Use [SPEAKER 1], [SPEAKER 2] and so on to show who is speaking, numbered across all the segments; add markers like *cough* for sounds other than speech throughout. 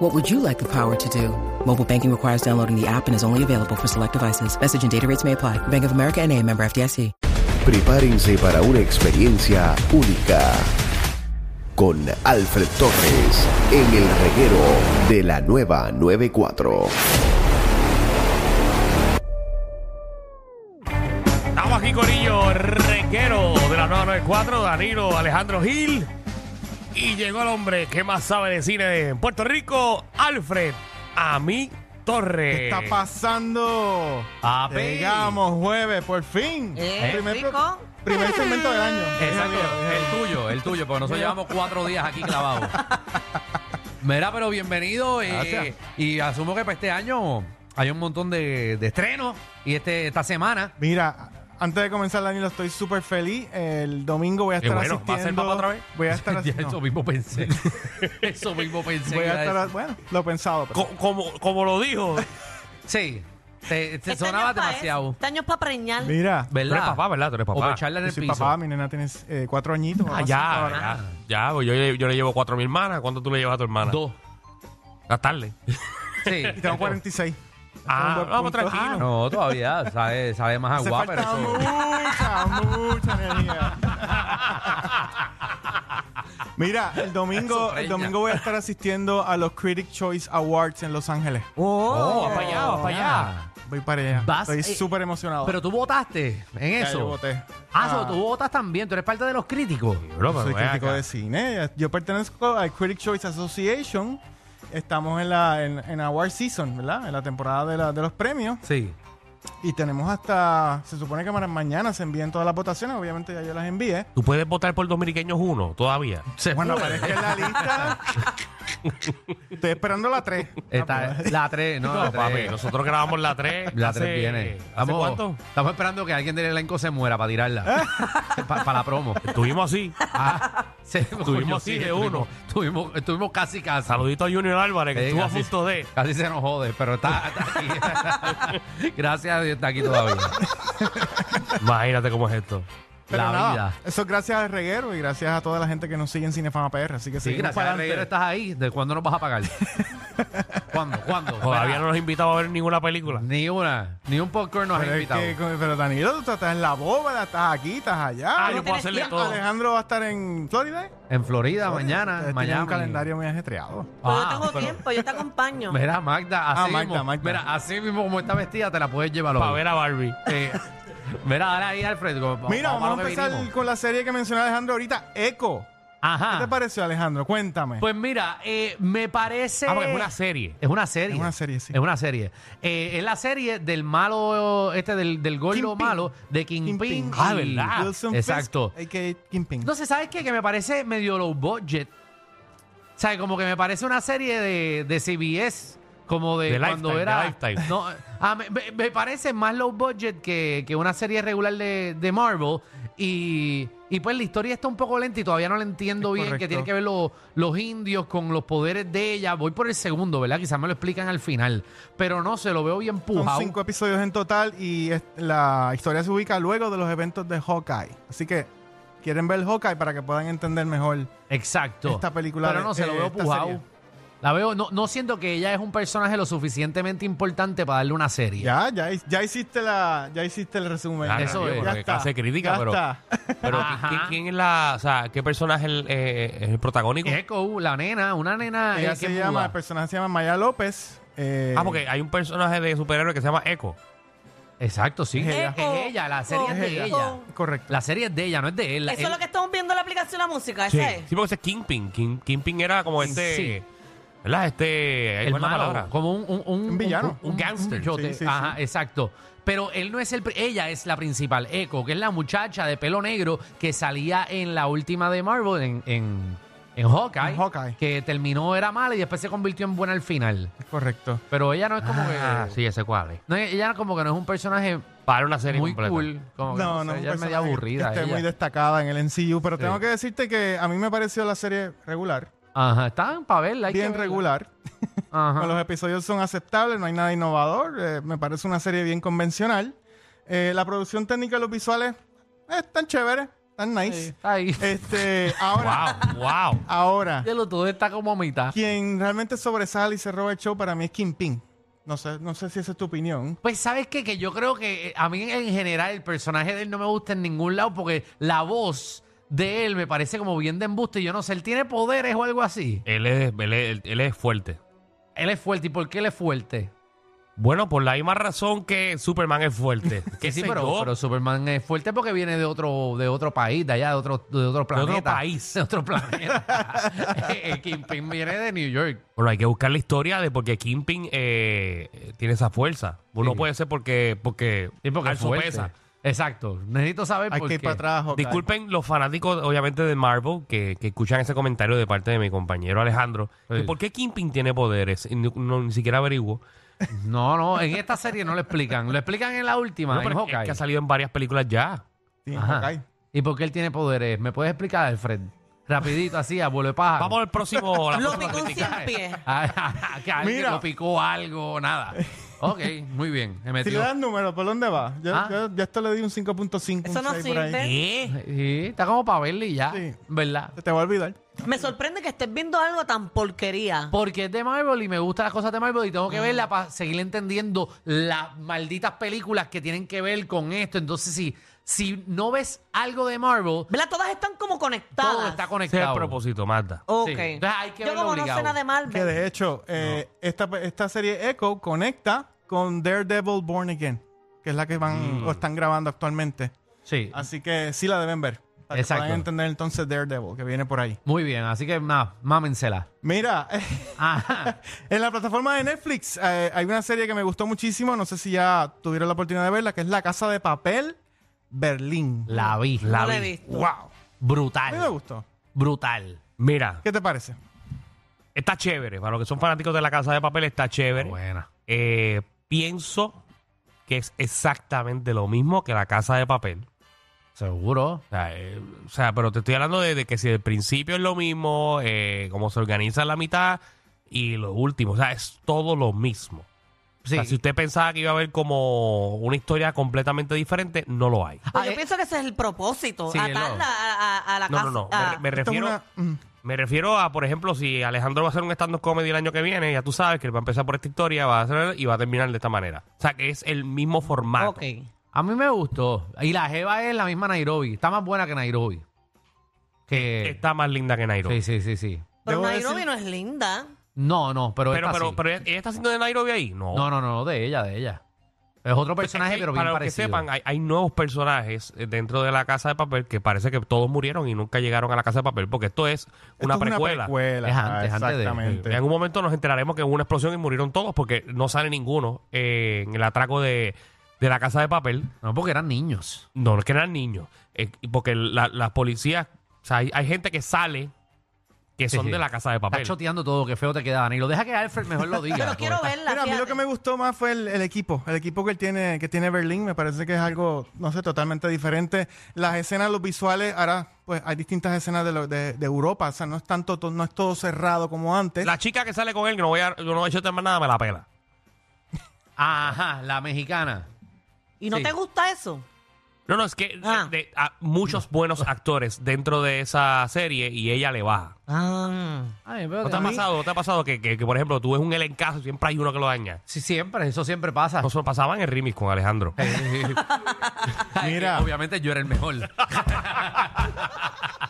[SPEAKER 1] What would you like the power to do? Mobile banking requires downloading the app and is only available for select devices. Message and data rates may apply. Bank of America and a member FDIC.
[SPEAKER 2] Prepárense para una experiencia única con Alfred Torres en el reguero de la nueva 94.
[SPEAKER 3] Estamos aquí, Corillo, el reguero de la 994, Danilo Alejandro Gil. Y llegó el hombre que más sabe de cine de Puerto Rico, Alfred Ami
[SPEAKER 4] ¿Qué
[SPEAKER 3] Torres.
[SPEAKER 4] está pasando?
[SPEAKER 3] Papi.
[SPEAKER 4] Llegamos jueves, por fin.
[SPEAKER 5] Eh, rico.
[SPEAKER 4] pro- primer segmento
[SPEAKER 3] *laughs*
[SPEAKER 4] del año.
[SPEAKER 6] Exacto,
[SPEAKER 4] Mira, mira, eh, mira.
[SPEAKER 6] el tuyo, el tuyo, porque nosotros llevamos cuatro días aquí clavados. Mira, pero bienvenido eh,
[SPEAKER 4] Gracias.
[SPEAKER 6] y asumo que para este año hay un montón de, de estrenos y este esta semana
[SPEAKER 4] Mira, antes de comenzar, Danilo, estoy súper feliz. El domingo voy a
[SPEAKER 3] Qué
[SPEAKER 4] estar
[SPEAKER 3] bueno,
[SPEAKER 4] asistiendo.
[SPEAKER 3] ¿va a ser papá otra vez? *laughs*
[SPEAKER 4] Voy a estar
[SPEAKER 6] ya
[SPEAKER 4] asistiendo.
[SPEAKER 6] eso mismo pensé, *laughs* eso mismo pensé.
[SPEAKER 4] Voy
[SPEAKER 6] que
[SPEAKER 4] a
[SPEAKER 6] era
[SPEAKER 4] estar, a-
[SPEAKER 6] eso.
[SPEAKER 4] bueno, lo pensado. pero-
[SPEAKER 3] Co- como, como lo
[SPEAKER 4] *laughs*
[SPEAKER 3] dijo,
[SPEAKER 6] Sí, te, te
[SPEAKER 5] Este
[SPEAKER 6] sonaba
[SPEAKER 5] año pa' eso,
[SPEAKER 6] demasiado,
[SPEAKER 5] Este año es para preñar.
[SPEAKER 4] Mira,
[SPEAKER 3] tú eres
[SPEAKER 6] ¿verdad?
[SPEAKER 3] papá, ¿verdad? Tú eres
[SPEAKER 6] O
[SPEAKER 3] papá.
[SPEAKER 6] para echarla en
[SPEAKER 4] yo
[SPEAKER 6] el
[SPEAKER 4] soy
[SPEAKER 6] piso.
[SPEAKER 4] papá, mi nena tiene eh, cuatro añitos.
[SPEAKER 3] Ah,
[SPEAKER 4] así,
[SPEAKER 3] ya,
[SPEAKER 4] ahora.
[SPEAKER 3] ya, ya, pues yo, le- yo le llevo cuatro a mi hermana. ¿Cuánto tú le llevas a tu hermana?
[SPEAKER 6] Dos.
[SPEAKER 3] La tarde.
[SPEAKER 6] Sí.
[SPEAKER 4] *laughs* Y tengo 46.
[SPEAKER 3] Ah,
[SPEAKER 4] Tengo un buen
[SPEAKER 3] vamos,
[SPEAKER 4] punto.
[SPEAKER 3] tranquilo.
[SPEAKER 4] Ah,
[SPEAKER 6] No, todavía sabe, sabe más
[SPEAKER 4] Hace
[SPEAKER 6] agua, pero
[SPEAKER 4] falta
[SPEAKER 6] eso-
[SPEAKER 4] mucha, mucha energía. Mira, el domingo,
[SPEAKER 6] Eso
[SPEAKER 4] el
[SPEAKER 6] preña.
[SPEAKER 4] domingo voy a estar asistiendo a los Critic Choice Awards en Los Ángeles.
[SPEAKER 6] Oh, vas para allá, vas para allá.
[SPEAKER 4] Voy para allá.
[SPEAKER 6] Vas,
[SPEAKER 4] Estoy
[SPEAKER 6] eh,
[SPEAKER 4] súper emocionado.
[SPEAKER 6] Pero tú votaste en
[SPEAKER 4] Ya,
[SPEAKER 6] eso.
[SPEAKER 4] yo voté.
[SPEAKER 6] Ah, so, tú votas también, tú eres parte de los críticos.
[SPEAKER 3] Bro, pero
[SPEAKER 4] Soy
[SPEAKER 3] ven
[SPEAKER 4] crítico
[SPEAKER 3] acá.
[SPEAKER 4] de cine. Yo pertenezco al Critic Choice Association. Estamos en la en, en Award Season, ¿verdad? En la temporada de, la- de los premios.
[SPEAKER 6] Sí.
[SPEAKER 4] Y tenemos hasta... Se supone que para mañana se envíen todas las votaciones. Obviamente ya yo las envié.
[SPEAKER 3] Tú puedes votar por Dominiqueños 1 todavía.
[SPEAKER 6] Se
[SPEAKER 4] Cuando
[SPEAKER 6] puede.
[SPEAKER 4] aparezca en la lista... Estoy esperando la Ah, 3.
[SPEAKER 6] Está- la 3, no,
[SPEAKER 3] *laughs* No,
[SPEAKER 6] la 3.
[SPEAKER 3] papi, nosotros grabamos la 3.
[SPEAKER 6] La 3 viene.
[SPEAKER 3] ¿Hace
[SPEAKER 6] Estamos-
[SPEAKER 3] cuánto?
[SPEAKER 6] Estamos esperando que alguien del elenco se muera para
[SPEAKER 3] *laughs*
[SPEAKER 6] tirarla. *laughs* para la *laughs* promo.
[SPEAKER 3] Estuvimos así.
[SPEAKER 6] Ah, sí, coño,
[SPEAKER 3] así
[SPEAKER 6] sí,
[SPEAKER 3] de
[SPEAKER 6] estuvimos-
[SPEAKER 3] uno.
[SPEAKER 6] Estuvimos, estuvimos casi casi.
[SPEAKER 3] Saludito a Junior Álvarez, que
[SPEAKER 6] Eh,
[SPEAKER 3] estuvo a
[SPEAKER 6] casi-
[SPEAKER 3] punto de.
[SPEAKER 6] Casi se nos jode, pero está, *laughs* está aquí. *laughs* Gracias a Dios está aquí todavía.
[SPEAKER 3] Imagínate cómo es esto.
[SPEAKER 4] Pero
[SPEAKER 6] la
[SPEAKER 4] nada,
[SPEAKER 6] vida.
[SPEAKER 4] eso es gracias al reguero y gracias a toda la gente que nos sigue en Cinefama PR. Así que
[SPEAKER 6] Sí,
[SPEAKER 4] seguimos
[SPEAKER 6] gracias a
[SPEAKER 4] pa'lante.
[SPEAKER 6] Reguero estás ahí. ¿De cuándo nos vas a pagar? *laughs* ¿Cuándo? ¿Cuándo?
[SPEAKER 3] Todavía
[SPEAKER 6] Espera.
[SPEAKER 3] no nos invitaba a ver ninguna película.
[SPEAKER 6] Ni una. Ni un popcorn nos
[SPEAKER 4] *laughs* Pero,
[SPEAKER 6] ha
[SPEAKER 4] es
[SPEAKER 6] invitado.
[SPEAKER 4] que, pero Danilo, tú estás en la bóveda, estás aquí, estás allá.
[SPEAKER 3] Ah,
[SPEAKER 4] No
[SPEAKER 3] yo puedo
[SPEAKER 4] tienes
[SPEAKER 3] hacerle
[SPEAKER 4] tiempo.
[SPEAKER 3] todo.
[SPEAKER 4] Alejandro va a estar en Florida. ¿eh?
[SPEAKER 6] En Florida, mañana.
[SPEAKER 4] Ustedes tienen
[SPEAKER 6] mañana.
[SPEAKER 4] un calendario muy ajetreado.
[SPEAKER 5] Pues
[SPEAKER 6] Ah,
[SPEAKER 5] yo tengo
[SPEAKER 6] pero-
[SPEAKER 5] tiempo, yo
[SPEAKER 6] *laughs*
[SPEAKER 5] te acompaño.
[SPEAKER 6] Mira, Magda, así,
[SPEAKER 4] Ah, Magda,
[SPEAKER 6] mismo,
[SPEAKER 4] Magda.
[SPEAKER 6] Mira, así mismo como está vestida, te la puedes llevar hoy.
[SPEAKER 3] Para ver a Barbie.
[SPEAKER 6] Eh, mira, dale ahí, Alfred. como-
[SPEAKER 4] Mira, vamos,
[SPEAKER 6] lo
[SPEAKER 4] a
[SPEAKER 6] que
[SPEAKER 4] empezar
[SPEAKER 6] vinimos.
[SPEAKER 4] con la serie que mencionó Alejandro ahorita, Echo. ¿Qué te
[SPEAKER 6] Ajá.
[SPEAKER 4] pareció, Alejandro? Cuéntame.
[SPEAKER 6] Ah. Pues mira, eh, me parece...
[SPEAKER 3] Ah, porque es una serie.
[SPEAKER 6] Es una serie.
[SPEAKER 4] Es una serie, sí.
[SPEAKER 6] Es una serie. Eh, es la serie del malo, este, del, del gordo
[SPEAKER 4] Kingpin.
[SPEAKER 6] malo, de Kingpin.
[SPEAKER 4] Kingpin.
[SPEAKER 6] y-
[SPEAKER 3] Ah, ¿verdad?
[SPEAKER 4] Wilson Fisk,
[SPEAKER 6] Exacto.
[SPEAKER 4] a.k.a. Kingpin.
[SPEAKER 6] Entonces, ¿sabes qué? Que me parece medio low budget. O sea, como que me parece una serie de, de CBS. Como de,
[SPEAKER 3] De
[SPEAKER 6] cuando
[SPEAKER 3] Lifetime,
[SPEAKER 6] era.
[SPEAKER 3] de Lifetime.
[SPEAKER 6] No, ah, me, me- me parece más low budget que, que una serie regular de, de Marvel. Y, y pues la historia está un poco lenta y todavía no la entiendo
[SPEAKER 4] Es
[SPEAKER 6] bien. Que
[SPEAKER 4] correcto.
[SPEAKER 6] tiene que ver los- los indios con los poderes de ella. Voy por el segundo, ¿verdad? Quizás me lo explican al final. Pero no sé, lo veo bien
[SPEAKER 4] Son
[SPEAKER 6] pujado.
[SPEAKER 4] cinco episodios en total y es- la historia se ubica luego de los eventos de Hawkeye. Así que quieren ver Hawkeye para que puedan entender mejor.
[SPEAKER 6] Exacto.
[SPEAKER 4] Esta película
[SPEAKER 6] Pero
[SPEAKER 4] de-
[SPEAKER 6] no se lo
[SPEAKER 4] eh,
[SPEAKER 6] veo
[SPEAKER 4] esta serie.
[SPEAKER 6] pujado. La veo, no, no siento que ella es un personaje lo suficientemente importante para darle una serie.
[SPEAKER 4] Ya, ya, ya hiciste la, ya hiciste el resumen.
[SPEAKER 3] Ah,
[SPEAKER 6] Eso
[SPEAKER 3] tío,
[SPEAKER 6] es.
[SPEAKER 3] porque clase crítica,
[SPEAKER 4] ya
[SPEAKER 3] pero-
[SPEAKER 4] está.
[SPEAKER 3] Pero ¿qui-
[SPEAKER 6] Ajá.
[SPEAKER 3] ¿quién, quién es la, o sea, qué personaje es el, eh, es el protagónico?
[SPEAKER 6] Echo, uh, la nena, una nena
[SPEAKER 4] Ella
[SPEAKER 6] eh, que
[SPEAKER 4] se
[SPEAKER 6] muda.
[SPEAKER 4] llama, el personaje se llama Maya López. eh,
[SPEAKER 3] Ah, porque hay un personaje de superhéroe que se llama Echo.
[SPEAKER 6] Exacto, sí.
[SPEAKER 4] Es ella.
[SPEAKER 6] Es ella, la serie es,
[SPEAKER 5] Es
[SPEAKER 6] de
[SPEAKER 5] ella.
[SPEAKER 6] ella.
[SPEAKER 4] Correcto.
[SPEAKER 6] La serie es de ella, no es de él.
[SPEAKER 5] Eso es lo que estamos viendo en la aplicación de la música,
[SPEAKER 3] Sí.
[SPEAKER 5] esa es.
[SPEAKER 3] Sí, porque ese es Kingpin. King- Kingpin era como este.
[SPEAKER 6] Sí.
[SPEAKER 3] ¿Verdad? Este.
[SPEAKER 6] el
[SPEAKER 3] ¿cuál es la
[SPEAKER 6] malo,
[SPEAKER 3] palabra?
[SPEAKER 6] como un, un,
[SPEAKER 4] Un villano.
[SPEAKER 6] un, un gangster.
[SPEAKER 4] Sí,
[SPEAKER 6] Yote.
[SPEAKER 4] sí, sí.
[SPEAKER 6] Ajá, exacto. Pero él no es el, pri- ella es la principal, Echo, que es la muchacha de pelo negro que salía en la última de Marvel en, en, en Hawkeye,
[SPEAKER 4] En Hawkeye.
[SPEAKER 6] que terminó era mala y después se convirtió en buena al final.
[SPEAKER 4] Correcto.
[SPEAKER 6] Pero ella no es como que
[SPEAKER 4] Ah.
[SPEAKER 3] sí, ese cuadre.
[SPEAKER 6] No, ella como que no es un personaje
[SPEAKER 3] Para una serie
[SPEAKER 6] muy
[SPEAKER 3] completa.
[SPEAKER 6] cool. Como que, no,
[SPEAKER 4] no,
[SPEAKER 6] sé,
[SPEAKER 4] un
[SPEAKER 6] ella es medio
[SPEAKER 4] personaje
[SPEAKER 6] aburrida.
[SPEAKER 4] Que esté
[SPEAKER 6] ella.
[SPEAKER 4] muy destacada en el NCU, pero tengo
[SPEAKER 6] Sí.
[SPEAKER 4] que decirte que a mí me pareció la serie regular,
[SPEAKER 6] Ajá, está para verla. hay que
[SPEAKER 4] bien
[SPEAKER 6] verla.
[SPEAKER 4] regular.
[SPEAKER 6] Ajá.
[SPEAKER 4] Pues Los episodios son aceptables, no hay nada innovador. eh, me parece una serie bien convencional. Eh, la producción técnica y los visuales eh, están chéveres, están
[SPEAKER 6] Sí,
[SPEAKER 4] nice.
[SPEAKER 6] está ahí. Ah,
[SPEAKER 4] Este, ahora,
[SPEAKER 3] Wow,
[SPEAKER 4] *laughs*
[SPEAKER 3] wow.
[SPEAKER 4] ahora,
[SPEAKER 6] De lo todo está como a mitad.
[SPEAKER 4] quien realmente sobresale y se roba el show para mí es Kingpin. No sé, no sé si esa es tu opinión.
[SPEAKER 6] Pues sabes qué? que yo creo que eh, a mí en general el personaje de él no me gusta en ningún lado porque la voz de él me parece como bien de embuste. Yo no sé, él tiene poderes o algo así.
[SPEAKER 3] Él es, él es- él es fuerte.
[SPEAKER 6] Él es fuerte. ¿Y por qué él es fuerte?
[SPEAKER 3] Bueno, por la misma razón que Superman es
[SPEAKER 6] *laughs*
[SPEAKER 3] fuerte. Que
[SPEAKER 6] Sí, pero, pero Superman es fuerte porque viene de otro, de otro país, de allá, de otro, de otro
[SPEAKER 3] otro
[SPEAKER 6] planeta.
[SPEAKER 3] país.
[SPEAKER 6] *laughs* De otro planeta. *laughs* el Kingpin viene de New York.
[SPEAKER 3] Bueno, hay que buscar la historia de por qué Kingpin eh, tiene esa fuerza. Uno
[SPEAKER 6] Sí.
[SPEAKER 3] puede ser porque, porque,
[SPEAKER 6] Sí, porque
[SPEAKER 3] al
[SPEAKER 6] es
[SPEAKER 3] su
[SPEAKER 6] fuerte.
[SPEAKER 3] pesa.
[SPEAKER 6] Exacto. Necesito saber
[SPEAKER 4] Hay
[SPEAKER 6] por
[SPEAKER 4] que ir
[SPEAKER 6] qué.
[SPEAKER 4] para atrás. Hawkeye.
[SPEAKER 3] Disculpen los fanáticos, obviamente, de Marvel que, que escuchan ese comentario de parte de mi compañero Alejandro.
[SPEAKER 6] Sí.
[SPEAKER 3] que ¿Por qué Kingpin tiene poderes? Y ni- no, ni siquiera averiguo.
[SPEAKER 6] No, no, en esta serie no lo explican. Lo explican en la última,
[SPEAKER 3] No,
[SPEAKER 6] en
[SPEAKER 3] pero es que- es
[SPEAKER 6] Hawkeye.
[SPEAKER 3] que ha salido en varias películas ya.
[SPEAKER 4] Sí,
[SPEAKER 6] Ajá.
[SPEAKER 4] Hawkeye.
[SPEAKER 6] ¿Y por qué él tiene poderes? ¿Me puedes explicar, Alfred? Rapidito, así, abuelo de pájaro.
[SPEAKER 3] Vamos al próximo.
[SPEAKER 6] *laughs*
[SPEAKER 3] a la
[SPEAKER 5] Lo
[SPEAKER 3] próxima
[SPEAKER 5] picó un
[SPEAKER 3] crítica.
[SPEAKER 5] cien pies.
[SPEAKER 6] Ah, que alguien
[SPEAKER 4] Mira.
[SPEAKER 6] lo picó algo, nada. Ok,
[SPEAKER 3] *laughs*
[SPEAKER 6] muy bien. Me
[SPEAKER 4] Si
[SPEAKER 6] metió.
[SPEAKER 4] le das números, ¿por dónde va? Yo,
[SPEAKER 6] Ah.
[SPEAKER 4] yo- yo esto le di un 5.5.
[SPEAKER 5] Eso
[SPEAKER 4] un
[SPEAKER 5] no
[SPEAKER 4] 6 por ahí.
[SPEAKER 5] sirve.
[SPEAKER 3] ¿Qué?
[SPEAKER 6] Sí, está como para verle y ya,
[SPEAKER 4] Sí.
[SPEAKER 6] ¿verdad?
[SPEAKER 4] Se te va a olvidar.
[SPEAKER 5] Me sorprende que estés viendo algo tan porquería.
[SPEAKER 6] Porque es de Marvel y me gustan las cosas de Marvel y tengo
[SPEAKER 3] Mm.
[SPEAKER 6] que verla para seguir entendiendo las malditas películas que tienen que ver con esto. Entonces, si, si no ves algo de Marvel,
[SPEAKER 5] ¿Verdad? Todas están como conectadas.
[SPEAKER 6] todo está
[SPEAKER 3] Ese es el
[SPEAKER 6] conectado.
[SPEAKER 3] propósito, Marta.
[SPEAKER 5] Ok.
[SPEAKER 6] Sí. Entonces hay que
[SPEAKER 5] Yo
[SPEAKER 6] verlo
[SPEAKER 5] como no
[SPEAKER 6] obligado.
[SPEAKER 5] sé nada de
[SPEAKER 4] Que
[SPEAKER 5] Marvel.
[SPEAKER 4] de hecho, eh, esta, esta serie Echo conecta con Daredevil Born Again, que es la que
[SPEAKER 6] Mm.
[SPEAKER 4] van o están grabando actualmente.
[SPEAKER 6] Sí.
[SPEAKER 4] Así que sí la deben ver. Para
[SPEAKER 6] Exacto.
[SPEAKER 4] que puedan entender entonces Daredevil, que viene por ahí.
[SPEAKER 6] Muy bien, así que nada, mámensela. Ah,
[SPEAKER 4] Mira, *laughs*
[SPEAKER 6] Ajá.
[SPEAKER 4] en la plataforma de Netflix eh, hay una serie que me gustó muchísimo, no sé si ya tuvieron la oportunidad de verla, que es La Casa de Papel Berlín.
[SPEAKER 6] La vi, la
[SPEAKER 5] no lo he
[SPEAKER 6] vi.
[SPEAKER 5] visto.
[SPEAKER 4] ¡Wow! A mí me
[SPEAKER 6] Brutal.
[SPEAKER 4] gustó.
[SPEAKER 6] Brutal.
[SPEAKER 3] Mira,
[SPEAKER 4] ¿Qué te parece?
[SPEAKER 3] está chévere. Para los que son fanáticos de la casa de papel, está chévere.
[SPEAKER 6] Buena.
[SPEAKER 3] Eh, pienso que es exactamente lo mismo que la casa de papel.
[SPEAKER 6] Seguro.
[SPEAKER 3] O sea, eh, o sea, pero te estoy hablando de, de que si el principio es lo mismo, eh, cómo se organiza la mitad y lo último. O sea, es todo lo mismo.
[SPEAKER 6] Sí.
[SPEAKER 3] O sea, si usted pensaba que iba a haber como una historia completamente diferente, no lo hay.
[SPEAKER 5] Pues
[SPEAKER 6] Ah,
[SPEAKER 5] yo
[SPEAKER 6] eh,
[SPEAKER 5] pienso que ese es el propósito.
[SPEAKER 6] Sí, es lo-
[SPEAKER 5] atarla a, a- a la
[SPEAKER 3] No,
[SPEAKER 5] casa.
[SPEAKER 3] no, no. Me,
[SPEAKER 5] a-
[SPEAKER 3] me
[SPEAKER 4] Esto es
[SPEAKER 3] refiero,
[SPEAKER 4] una- mm.
[SPEAKER 3] me refiero a, por ejemplo, si Alejandro va a hacer un stand-up comedy el año que viene, ya tú sabes que él va a empezar por esta historia, va a hacer y va a terminar de esta manera. O sea, que es el mismo formato.
[SPEAKER 5] Ok.
[SPEAKER 6] A mí me gustó. Y la Jeva es la misma Nairobi. Está más buena que Nairobi. Que...
[SPEAKER 3] Está más linda que Nairobi.
[SPEAKER 6] Sí, sí, sí, sí.
[SPEAKER 5] Pero
[SPEAKER 4] Debo
[SPEAKER 5] Nairobi
[SPEAKER 4] decir-
[SPEAKER 5] no es linda.
[SPEAKER 6] No, no, pero,
[SPEAKER 3] Pero,
[SPEAKER 6] esta
[SPEAKER 3] pero,
[SPEAKER 6] sí.
[SPEAKER 3] pero ella está haciendo de Nairobi ahí. No.
[SPEAKER 6] No, no, no, de ella, de ella. Es otro personaje,
[SPEAKER 3] Es que
[SPEAKER 6] pero bien
[SPEAKER 3] Eh, para los que
[SPEAKER 6] parecido.
[SPEAKER 3] sepan, hay, hay nuevos personajes eh, dentro de la casa de papel que parece que todos murieron y nunca llegaron a la casa de papel, porque esto es una,
[SPEAKER 4] Esto es
[SPEAKER 3] precuela.
[SPEAKER 6] Es antes,
[SPEAKER 4] ah,
[SPEAKER 6] antes de-
[SPEAKER 3] En
[SPEAKER 4] Exactamente.
[SPEAKER 3] algún momento nos enteraremos que hubo una explosión y murieron todos porque no sale ninguno eh, en el atraco de, de la casa de papel.
[SPEAKER 6] No, porque eran niños.
[SPEAKER 3] No, no es que eran niños. eh, porque la- las policías, o sea, hay, hay gente que sale que
[SPEAKER 6] Sí,
[SPEAKER 3] son
[SPEAKER 6] sí.
[SPEAKER 3] de la casa de
[SPEAKER 6] Está
[SPEAKER 3] papel.
[SPEAKER 6] choteando todo, qué feo te queda, Danilo. Deja que Alfred mejor lo diga.
[SPEAKER 5] Pero quiero
[SPEAKER 6] porque-
[SPEAKER 5] verla.
[SPEAKER 4] Mira, a mí lo
[SPEAKER 5] fíjate.
[SPEAKER 4] que me gustó más fue el, el equipo. El equipo que él tiene, que tiene Berlín, me parece que es algo, no sé, totalmente diferente. Las escenas, los visuales, ahora pues hay distintas escenas de, lo- de, de Europa. O sea, no es tanto, to- no es todo cerrado como antes.
[SPEAKER 3] La chica que sale con él, que no voy a, yo no voy a chotear más nada, me la pela.
[SPEAKER 6] Ajá, la mexicana.
[SPEAKER 5] ¿Y no
[SPEAKER 6] Sí.
[SPEAKER 5] te gusta eso?
[SPEAKER 3] No, no, es que eh,
[SPEAKER 5] Ah.
[SPEAKER 3] de- a- muchos buenos actores dentro de esa serie y ella le baja.
[SPEAKER 5] Ah.
[SPEAKER 6] Ay, pero
[SPEAKER 3] ¿No
[SPEAKER 6] que
[SPEAKER 3] te ha
[SPEAKER 6] a mí-
[SPEAKER 3] pasado, no te ha pasado que, que- que, por ejemplo, tú ves un elencazo y siempre hay uno que lo daña?
[SPEAKER 6] Sí, siempre, eso siempre pasa.
[SPEAKER 3] Eso pasaba en el remix con Alejandro.
[SPEAKER 6] Ay,
[SPEAKER 4] Mira.
[SPEAKER 6] Obviamente yo era el mejor.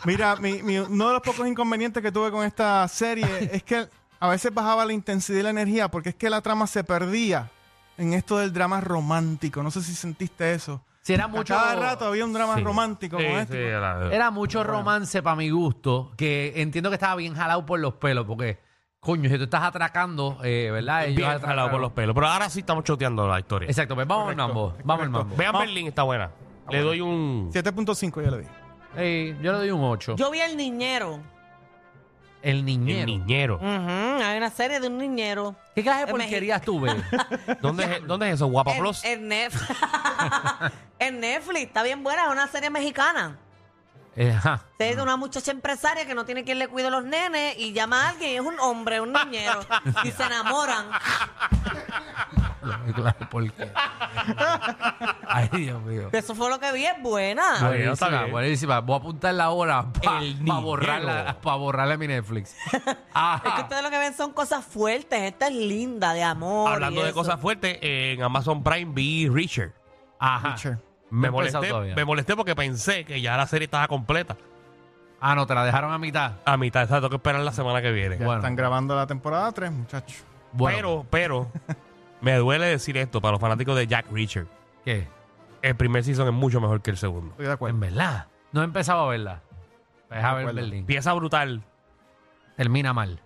[SPEAKER 4] Mira, mi- mi- uno de los pocos inconvenientes que tuve con esta serie es que a veces bajaba la intensidad y la energía porque es que la trama se perdía en esto del drama romántico. No sé si sentiste eso.
[SPEAKER 6] Si era
[SPEAKER 4] A
[SPEAKER 6] mucho.
[SPEAKER 4] cada rato había un drama
[SPEAKER 6] Sí.
[SPEAKER 4] romántico
[SPEAKER 3] Sí,
[SPEAKER 4] como
[SPEAKER 3] sí,
[SPEAKER 4] este.
[SPEAKER 3] era-
[SPEAKER 6] Era mucho romance para mi gusto, que entiendo que estaba bien jalado por los pelos, porque, coño, si tú estás atracando, eh, ¿verdad? Ellos
[SPEAKER 3] bien
[SPEAKER 6] atracaron.
[SPEAKER 3] jalado por los pelos. Pero ahora sí estamos choteando la historia.
[SPEAKER 6] Exacto, pues vamos al mambo, vamos al mambo.
[SPEAKER 3] Vean Berlín, está buena. Le doy un...
[SPEAKER 4] 7.5 ya le di.
[SPEAKER 6] eh, Ey, yo le doy un 8.
[SPEAKER 5] Yo vi el niñero.
[SPEAKER 6] El niñero.
[SPEAKER 3] El niñero.
[SPEAKER 5] *laughs* Ujú, Hay una serie de un niñero.
[SPEAKER 6] ¿Qué clase de
[SPEAKER 5] En Meji-
[SPEAKER 6] porquerías
[SPEAKER 3] *laughs*
[SPEAKER 6] tú ves?
[SPEAKER 3] ¿Dónde, es, ¿Dónde es eso? ¿Guapa
[SPEAKER 5] En,
[SPEAKER 3] Plus?
[SPEAKER 5] en Netflix. *laughs* en Netflix. Está bien buena. Es una serie mexicana.
[SPEAKER 6] Eh, *laughs* ajá.
[SPEAKER 5] Es de una muchacha empresaria que no tiene quien le cuide a los nenes y llama a alguien y es un hombre, un niñero. y se enamoran.
[SPEAKER 6] Claro, porque. Ay, Dios mío.
[SPEAKER 5] Eso fue lo que vi. Es buena.
[SPEAKER 3] Está bien, está
[SPEAKER 6] Buenísima,
[SPEAKER 3] bien.
[SPEAKER 6] buenísima. Voy a apuntarla ahora para
[SPEAKER 3] El niñero.
[SPEAKER 6] borrarla, pa borrarla en
[SPEAKER 3] *laughs*
[SPEAKER 6] mi Netflix. Ah,
[SPEAKER 5] Es que
[SPEAKER 6] Ajá.
[SPEAKER 5] ustedes lo que ven son cosas fuertes. Esta es linda, de amor.
[SPEAKER 3] Hablando
[SPEAKER 5] y
[SPEAKER 3] de
[SPEAKER 5] eso.
[SPEAKER 3] cosas fuertes, en Amazon Prime vi Richard.
[SPEAKER 6] Ajá.
[SPEAKER 4] Richard.
[SPEAKER 3] Me
[SPEAKER 6] No he empezado
[SPEAKER 3] molesté,
[SPEAKER 6] todavía.
[SPEAKER 3] me molesté porque pensé que ya la serie estaba completa.
[SPEAKER 6] Ah, no, te la dejaron a mitad.
[SPEAKER 3] A mitad, exacto, tengo que esperar la semana que viene.
[SPEAKER 4] Ya
[SPEAKER 6] Bueno.
[SPEAKER 4] están grabando la temporada 3, muchachos.
[SPEAKER 6] Bueno,
[SPEAKER 3] Pero, *laughs* pero, me duele decir esto para los fanáticos de Jack Richard.
[SPEAKER 6] ¿qué?
[SPEAKER 3] El primer season es mucho mejor que el segundo.
[SPEAKER 4] Estoy de acuerdo.
[SPEAKER 6] En Pues, verdad. No he empezado a verla. Deja ver
[SPEAKER 4] acuerdo.
[SPEAKER 6] Berlín.
[SPEAKER 3] Pieza brutal.
[SPEAKER 6] Termina mal.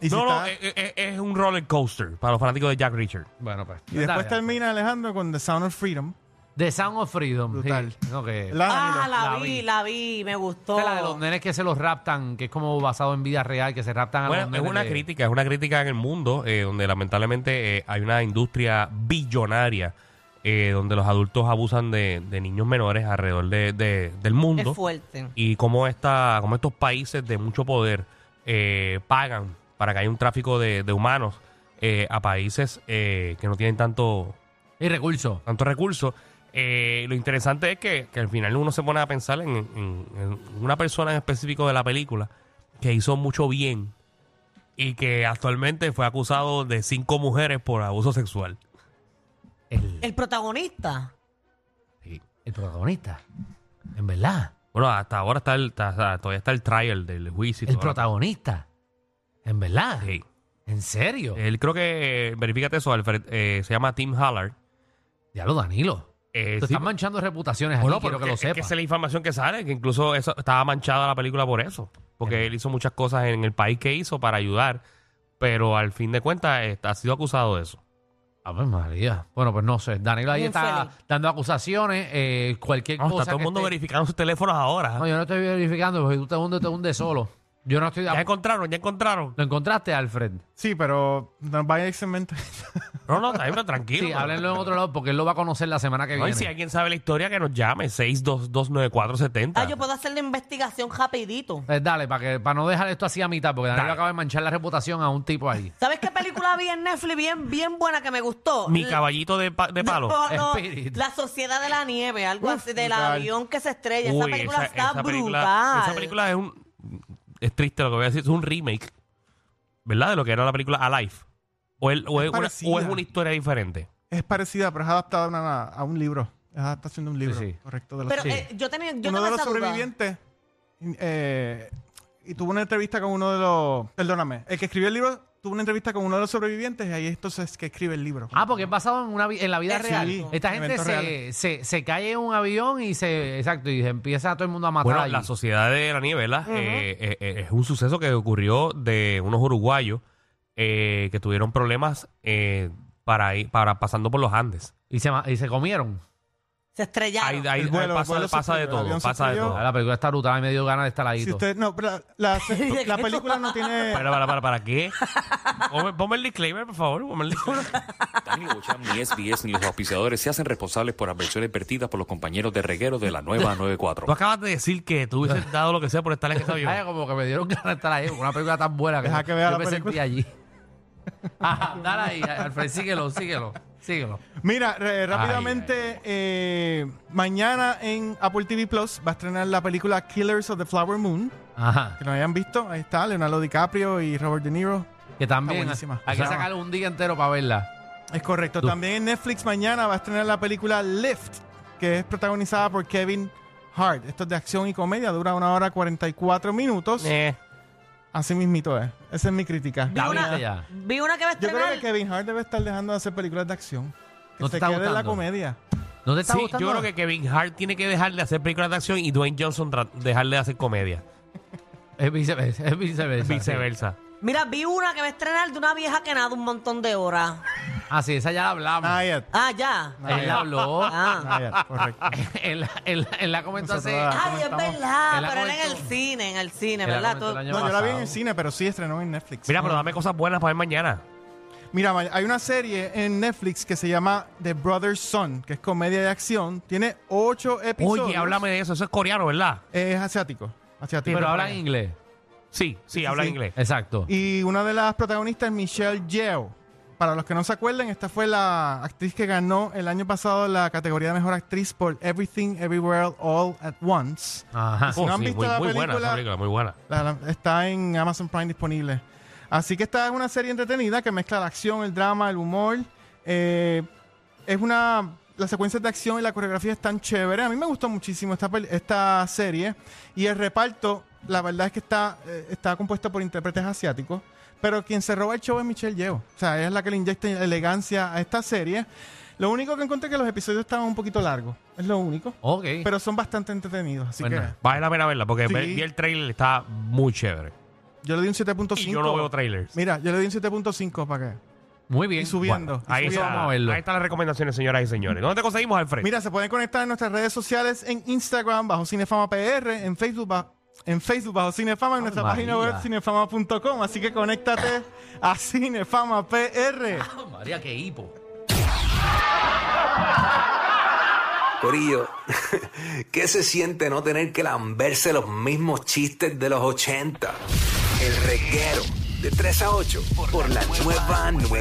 [SPEAKER 4] Y, si
[SPEAKER 3] no, no,
[SPEAKER 4] está-
[SPEAKER 3] eh, eh, eh, es, un roller coaster para los fanáticos de Jack Richard.
[SPEAKER 6] Bueno, pues.
[SPEAKER 4] y después termina Alejandro con The Sound of Freedom.
[SPEAKER 6] The Sound of Freedom.
[SPEAKER 4] Brutal.
[SPEAKER 6] sí. No, que-
[SPEAKER 4] ¿Verdad,
[SPEAKER 5] Ah,
[SPEAKER 4] Danilo?
[SPEAKER 5] la,
[SPEAKER 6] La
[SPEAKER 5] vi,
[SPEAKER 6] vi.
[SPEAKER 5] la vi. Me gustó.
[SPEAKER 6] Esta es la de los nenes que se los raptan, que es como basado en vida real, que se raptan a los
[SPEAKER 3] Bueno, es
[SPEAKER 6] nenes
[SPEAKER 3] una
[SPEAKER 6] de-
[SPEAKER 3] crítica, es una crítica en el mundo eh, donde lamentablemente eh, hay una industria billonaria eh, donde los adultos abusan de, de niños menores alrededor de- de- del mundo.
[SPEAKER 5] Es fuerte.
[SPEAKER 3] y cómo, esta, cómo estos países de mucho poder eh, pagan para que haya un tráfico de, de humanos eh, a países eh, que no tienen tanto,
[SPEAKER 6] Y recursos.
[SPEAKER 3] tanto recursos. Eh, lo interesante es que, que al final uno se pone a pensar en, en- en una persona en específico de la película que hizo mucho bien y que actualmente fue acusado de cinco mujeres por abuso sexual.
[SPEAKER 6] El,
[SPEAKER 5] El protagonista.
[SPEAKER 6] el protagonista. En verdad.
[SPEAKER 3] Bueno, hasta ahora está el, está- está- todavía está el trial del juicio. y
[SPEAKER 6] El
[SPEAKER 3] todo.
[SPEAKER 6] protagonista. En verdad.
[SPEAKER 3] Sí.
[SPEAKER 6] En serio.
[SPEAKER 3] Él creo que, eh, verifícate eso, Alfred, eh, se llama Tim Hallard.
[SPEAKER 6] Diablo, Danilo.
[SPEAKER 3] Eh,
[SPEAKER 6] Te
[SPEAKER 3] sí,
[SPEAKER 6] están manchando reputaciones aquí,
[SPEAKER 3] bueno, pero
[SPEAKER 6] quiero que lo
[SPEAKER 3] es- es que
[SPEAKER 6] sepas.
[SPEAKER 3] esa es la información que sale, que incluso eso, estaba manchada la película por eso, porque él hizo muchas cosas en el país que hizo para ayudar, pero al fin de cuentas eh, ha sido acusado de eso.
[SPEAKER 6] Ave María. Bueno, pues no sé. Danilo ahí
[SPEAKER 5] Bien
[SPEAKER 6] está
[SPEAKER 5] feliz.
[SPEAKER 6] dando acusaciones. eh, cualquier
[SPEAKER 3] Vamos,
[SPEAKER 6] cosa.
[SPEAKER 3] está todo el
[SPEAKER 6] que
[SPEAKER 3] mundo
[SPEAKER 6] esté-
[SPEAKER 3] verificando sus teléfonos ahora.
[SPEAKER 6] No, yo no estoy verificando porque tú te hundes, te hundes solo. Yo no estoy.
[SPEAKER 3] ya encontraron, ya encontraron.
[SPEAKER 6] ¿Lo encontraste, Alfred?
[SPEAKER 4] Sí, pero no vaya excelente.
[SPEAKER 3] No, no, está- pero tranquilo.
[SPEAKER 6] Sí,
[SPEAKER 3] pero-
[SPEAKER 6] háblenlo en otro lado porque él lo va a conocer la semana que
[SPEAKER 3] No, y
[SPEAKER 6] viene.
[SPEAKER 3] si alguien sabe la historia, que nos llame, 6229470.
[SPEAKER 5] Ah, yo puedo hacer la investigación rapidito.
[SPEAKER 6] Pues dale, para que para no dejar esto así a mitad, porque Danilo
[SPEAKER 3] Dale.
[SPEAKER 6] acaba de manchar la reputación a un tipo ahí.
[SPEAKER 5] ¿Sabes qué película vi en Netflix bien, bien buena que me gustó?
[SPEAKER 3] Mi
[SPEAKER 5] La-
[SPEAKER 3] caballito de, pa- de palo.
[SPEAKER 5] *laughs* No, no,
[SPEAKER 6] Espíritu.
[SPEAKER 5] la Sociedad de la Nieve, algo
[SPEAKER 4] Uf,
[SPEAKER 5] así, del
[SPEAKER 4] brutal.
[SPEAKER 5] avión que se estrella. esa
[SPEAKER 3] Uy,
[SPEAKER 5] película está
[SPEAKER 3] esa película-
[SPEAKER 5] brutal.
[SPEAKER 3] Esa película es un. Es triste lo que voy a decir, es un remake, ¿verdad? De lo que era la película Alive. O, el- o es,
[SPEAKER 4] Es
[SPEAKER 3] una,
[SPEAKER 4] parecida.
[SPEAKER 3] o es una historia diferente.
[SPEAKER 4] *laughs* Es parecida, pero es adaptada a, una- a un libro. Es adaptación de un libro,
[SPEAKER 6] Sí, sí.
[SPEAKER 4] correcto. De los-
[SPEAKER 5] Pero
[SPEAKER 6] Sí.
[SPEAKER 5] eh, yo tenía, yo
[SPEAKER 4] uno
[SPEAKER 5] tengo
[SPEAKER 4] de los
[SPEAKER 5] esa duda.
[SPEAKER 4] sobrevivientes eh, y tuvo una entrevista con uno de los... Perdóname, el que escribió el libro tuvo una entrevista con uno de los sobrevivientes y ahí entonces que escribe el libro.
[SPEAKER 6] Ah, porque es basado en, una, vi- en la vida
[SPEAKER 5] Sí,
[SPEAKER 6] real. Esta gente
[SPEAKER 4] eventos
[SPEAKER 6] se,
[SPEAKER 4] reales.
[SPEAKER 6] se, se cae en un avión y se. Exacto, y se empieza a todo el mundo a matar.
[SPEAKER 3] Bueno,
[SPEAKER 6] allí.
[SPEAKER 3] la Sociedad de la Nieve, ¿verdad? Eh, eh, eh, es un suceso que ocurrió de unos uruguayos eh, que tuvieron problemas eh, para ir, para pasando por los Andes.
[SPEAKER 6] y, se, ma- y se comieron.
[SPEAKER 5] Se estrellaron.
[SPEAKER 3] Ahí, ahí-
[SPEAKER 4] El vuelo-
[SPEAKER 3] ahí pasa,
[SPEAKER 4] el vuelo
[SPEAKER 3] pasa
[SPEAKER 4] sufrió,
[SPEAKER 3] de
[SPEAKER 4] el
[SPEAKER 3] todo,
[SPEAKER 4] avión
[SPEAKER 3] pasa de
[SPEAKER 4] sufrió.
[SPEAKER 3] todo.
[SPEAKER 6] Ah, la película está brutal, a mí me dio ganas de estar ahí.
[SPEAKER 4] si
[SPEAKER 6] todo.
[SPEAKER 4] usted, no, pero la, la-
[SPEAKER 5] *laughs*
[SPEAKER 4] la película no
[SPEAKER 6] *laughs*
[SPEAKER 4] tiene...
[SPEAKER 3] Para, para, para, ¿para qué? Ponme, ponme el disclaimer, por favor. Ponme el
[SPEAKER 4] *laughs*
[SPEAKER 3] disclaimer.
[SPEAKER 7] Danilo Bocham, ni SBS, ni los auspiciadores se hacen responsables por adversiones vertidas por los compañeros de reguero de la nueva 94.
[SPEAKER 3] Tú acabas de decir que tú hubieses dado lo que sea por estar en ese avión.
[SPEAKER 6] Ay, como que me dieron *laughs* ganas de estar ahí. Una película tan buena que,
[SPEAKER 4] Deja
[SPEAKER 6] yo-
[SPEAKER 4] que vea
[SPEAKER 6] yo
[SPEAKER 4] la
[SPEAKER 6] me
[SPEAKER 4] película.
[SPEAKER 6] sentí allí. Ajá, dale ahí, Alfred, síguelo, síguelo, síguelo.
[SPEAKER 4] Mira, re- rápidamente, eh, mañana en Apple TV Plus va a estrenar la película Killers of the Flower Moon.
[SPEAKER 6] Ajá.
[SPEAKER 4] Que no hayan visto, ahí está, Leonardo DiCaprio y Robert De Niro.
[SPEAKER 6] Que también hay
[SPEAKER 4] buenísima.
[SPEAKER 6] que
[SPEAKER 4] O sea,
[SPEAKER 6] sacar un día entero para verla.
[SPEAKER 4] Es correcto.
[SPEAKER 6] Tú.
[SPEAKER 4] También en Netflix mañana va a estrenar la película Lift, que es protagonizada por Kevin Hart. Esto es de acción y comedia, dura una hora 44 minutos.
[SPEAKER 3] Eh.
[SPEAKER 4] Así mismito es. Esa es mi crítica.
[SPEAKER 6] Ya
[SPEAKER 5] vi,
[SPEAKER 6] viste
[SPEAKER 5] una,
[SPEAKER 6] ya.
[SPEAKER 5] vi una que va a
[SPEAKER 4] Yo creo que
[SPEAKER 5] estrenar.
[SPEAKER 4] Kevin Hart debe estar dejando de hacer películas de acción. Que
[SPEAKER 6] ¿No te
[SPEAKER 4] se
[SPEAKER 6] está
[SPEAKER 4] quede en la
[SPEAKER 6] gustando?
[SPEAKER 4] comedia.
[SPEAKER 6] ¿No te está
[SPEAKER 3] Sí,
[SPEAKER 6] gustando?
[SPEAKER 3] yo creo que Kevin Hart tiene que dejar de hacer películas de acción y Dwayne Johnson tra- dejar de hacer comedia.
[SPEAKER 6] Es viceversa. Es viceversa.
[SPEAKER 3] Viceversa.
[SPEAKER 4] *laughs*
[SPEAKER 5] Mira, vi una que va a estrenar de una vieja que nada un montón de horas.
[SPEAKER 6] Ah, sí, esa ya la hablamos.
[SPEAKER 4] Nayat.
[SPEAKER 5] Ah, ya.
[SPEAKER 6] Él la habló.
[SPEAKER 5] Ah.
[SPEAKER 6] *laughs*
[SPEAKER 4] Nayat, correcto.
[SPEAKER 6] él, él- él la comentó hace.
[SPEAKER 4] Nosotros la-
[SPEAKER 5] Ay, es
[SPEAKER 4] comentamos.
[SPEAKER 5] verdad,
[SPEAKER 6] Él la
[SPEAKER 5] pero era en el
[SPEAKER 6] comentó.
[SPEAKER 5] cine, en el cine,
[SPEAKER 6] Él la
[SPEAKER 5] ¿verdad?
[SPEAKER 6] comentó el
[SPEAKER 5] Tú-
[SPEAKER 6] año
[SPEAKER 4] No, yo la vi en
[SPEAKER 6] pasado.
[SPEAKER 4] el cine, pero sí estrenó en Netflix. Ah.
[SPEAKER 3] Mira, pero dame cosas buenas para ver mañana.
[SPEAKER 4] Mira, ma- hay una serie en Netflix que se llama The Brother's Son, que es comedia de acción. Tiene ocho episodios.
[SPEAKER 3] Oye, háblame de eso. Eso es coreano, ¿verdad?
[SPEAKER 4] Es asiático. asiático
[SPEAKER 6] Pero habla en inglés.
[SPEAKER 3] Sí, sí,
[SPEAKER 4] sí,
[SPEAKER 3] habla
[SPEAKER 4] sí.
[SPEAKER 3] inglés.
[SPEAKER 6] Exacto.
[SPEAKER 4] Y una de las protagonistas es Michelle Yeoh. Para los que no se acuerden, esta fue la actriz que ganó el año pasado la categoría de mejor actriz por Everything Everywhere All at Once.
[SPEAKER 6] Ajá.
[SPEAKER 4] si no han visto
[SPEAKER 3] Oh, muy,
[SPEAKER 4] la
[SPEAKER 3] muy buena esa
[SPEAKER 4] película-
[SPEAKER 3] película, muy buena.
[SPEAKER 4] La- la- está en Amazon Prime disponible. Así que esta es una serie entretenida que mezcla la acción, el drama, el humor. Eh, es una. Las secuencias de acción y la coreografía están chéveres. A mí me gustó muchísimo esta, pel- esta serie. Y el reparto, la verdad es que está, eh, está compuesto por intérpretes asiáticos. Pero quien se roba el show es Michelle Yeoh. O sea, ella es la que le inyecta elegancia a esta serie. Lo único que encontré es que los episodios estaban un poquito largos. Es lo único.
[SPEAKER 6] Ok.
[SPEAKER 4] Pero son bastante entretenidos. Así
[SPEAKER 3] Pues
[SPEAKER 6] Bueno.
[SPEAKER 4] que
[SPEAKER 3] Vale la pena verla porque
[SPEAKER 4] Sí.
[SPEAKER 3] vi vi el trailer, está muy chévere.
[SPEAKER 4] yo le di un 7.5.
[SPEAKER 3] Y yo no veo trailers.
[SPEAKER 4] Mira, yo le di un 7.5 para que.
[SPEAKER 6] Muy bien.
[SPEAKER 4] Y subiendo.
[SPEAKER 6] Bueno,
[SPEAKER 4] y
[SPEAKER 3] Ahí,
[SPEAKER 4] subiendo.
[SPEAKER 3] está,
[SPEAKER 6] vamos a verlo.
[SPEAKER 3] ahí están las recomendaciones, señoras y señores. ¿Dónde te conseguimos, Alfred?
[SPEAKER 4] Mira, se pueden conectar en nuestras redes sociales en Instagram bajo Cinefama PR, en Facebook bajo en Facebook bajo Cinefama, en nuestra
[SPEAKER 6] María.
[SPEAKER 4] página web cinefama.com. Así que conéctate a Cinefama PR.
[SPEAKER 6] Ah, María, qué hipo.
[SPEAKER 8] Corillo, *laughs* ¿qué se siente no tener que lamberse los mismos chistes de los 80? El reguero de 3 a 8 por la nueva 9.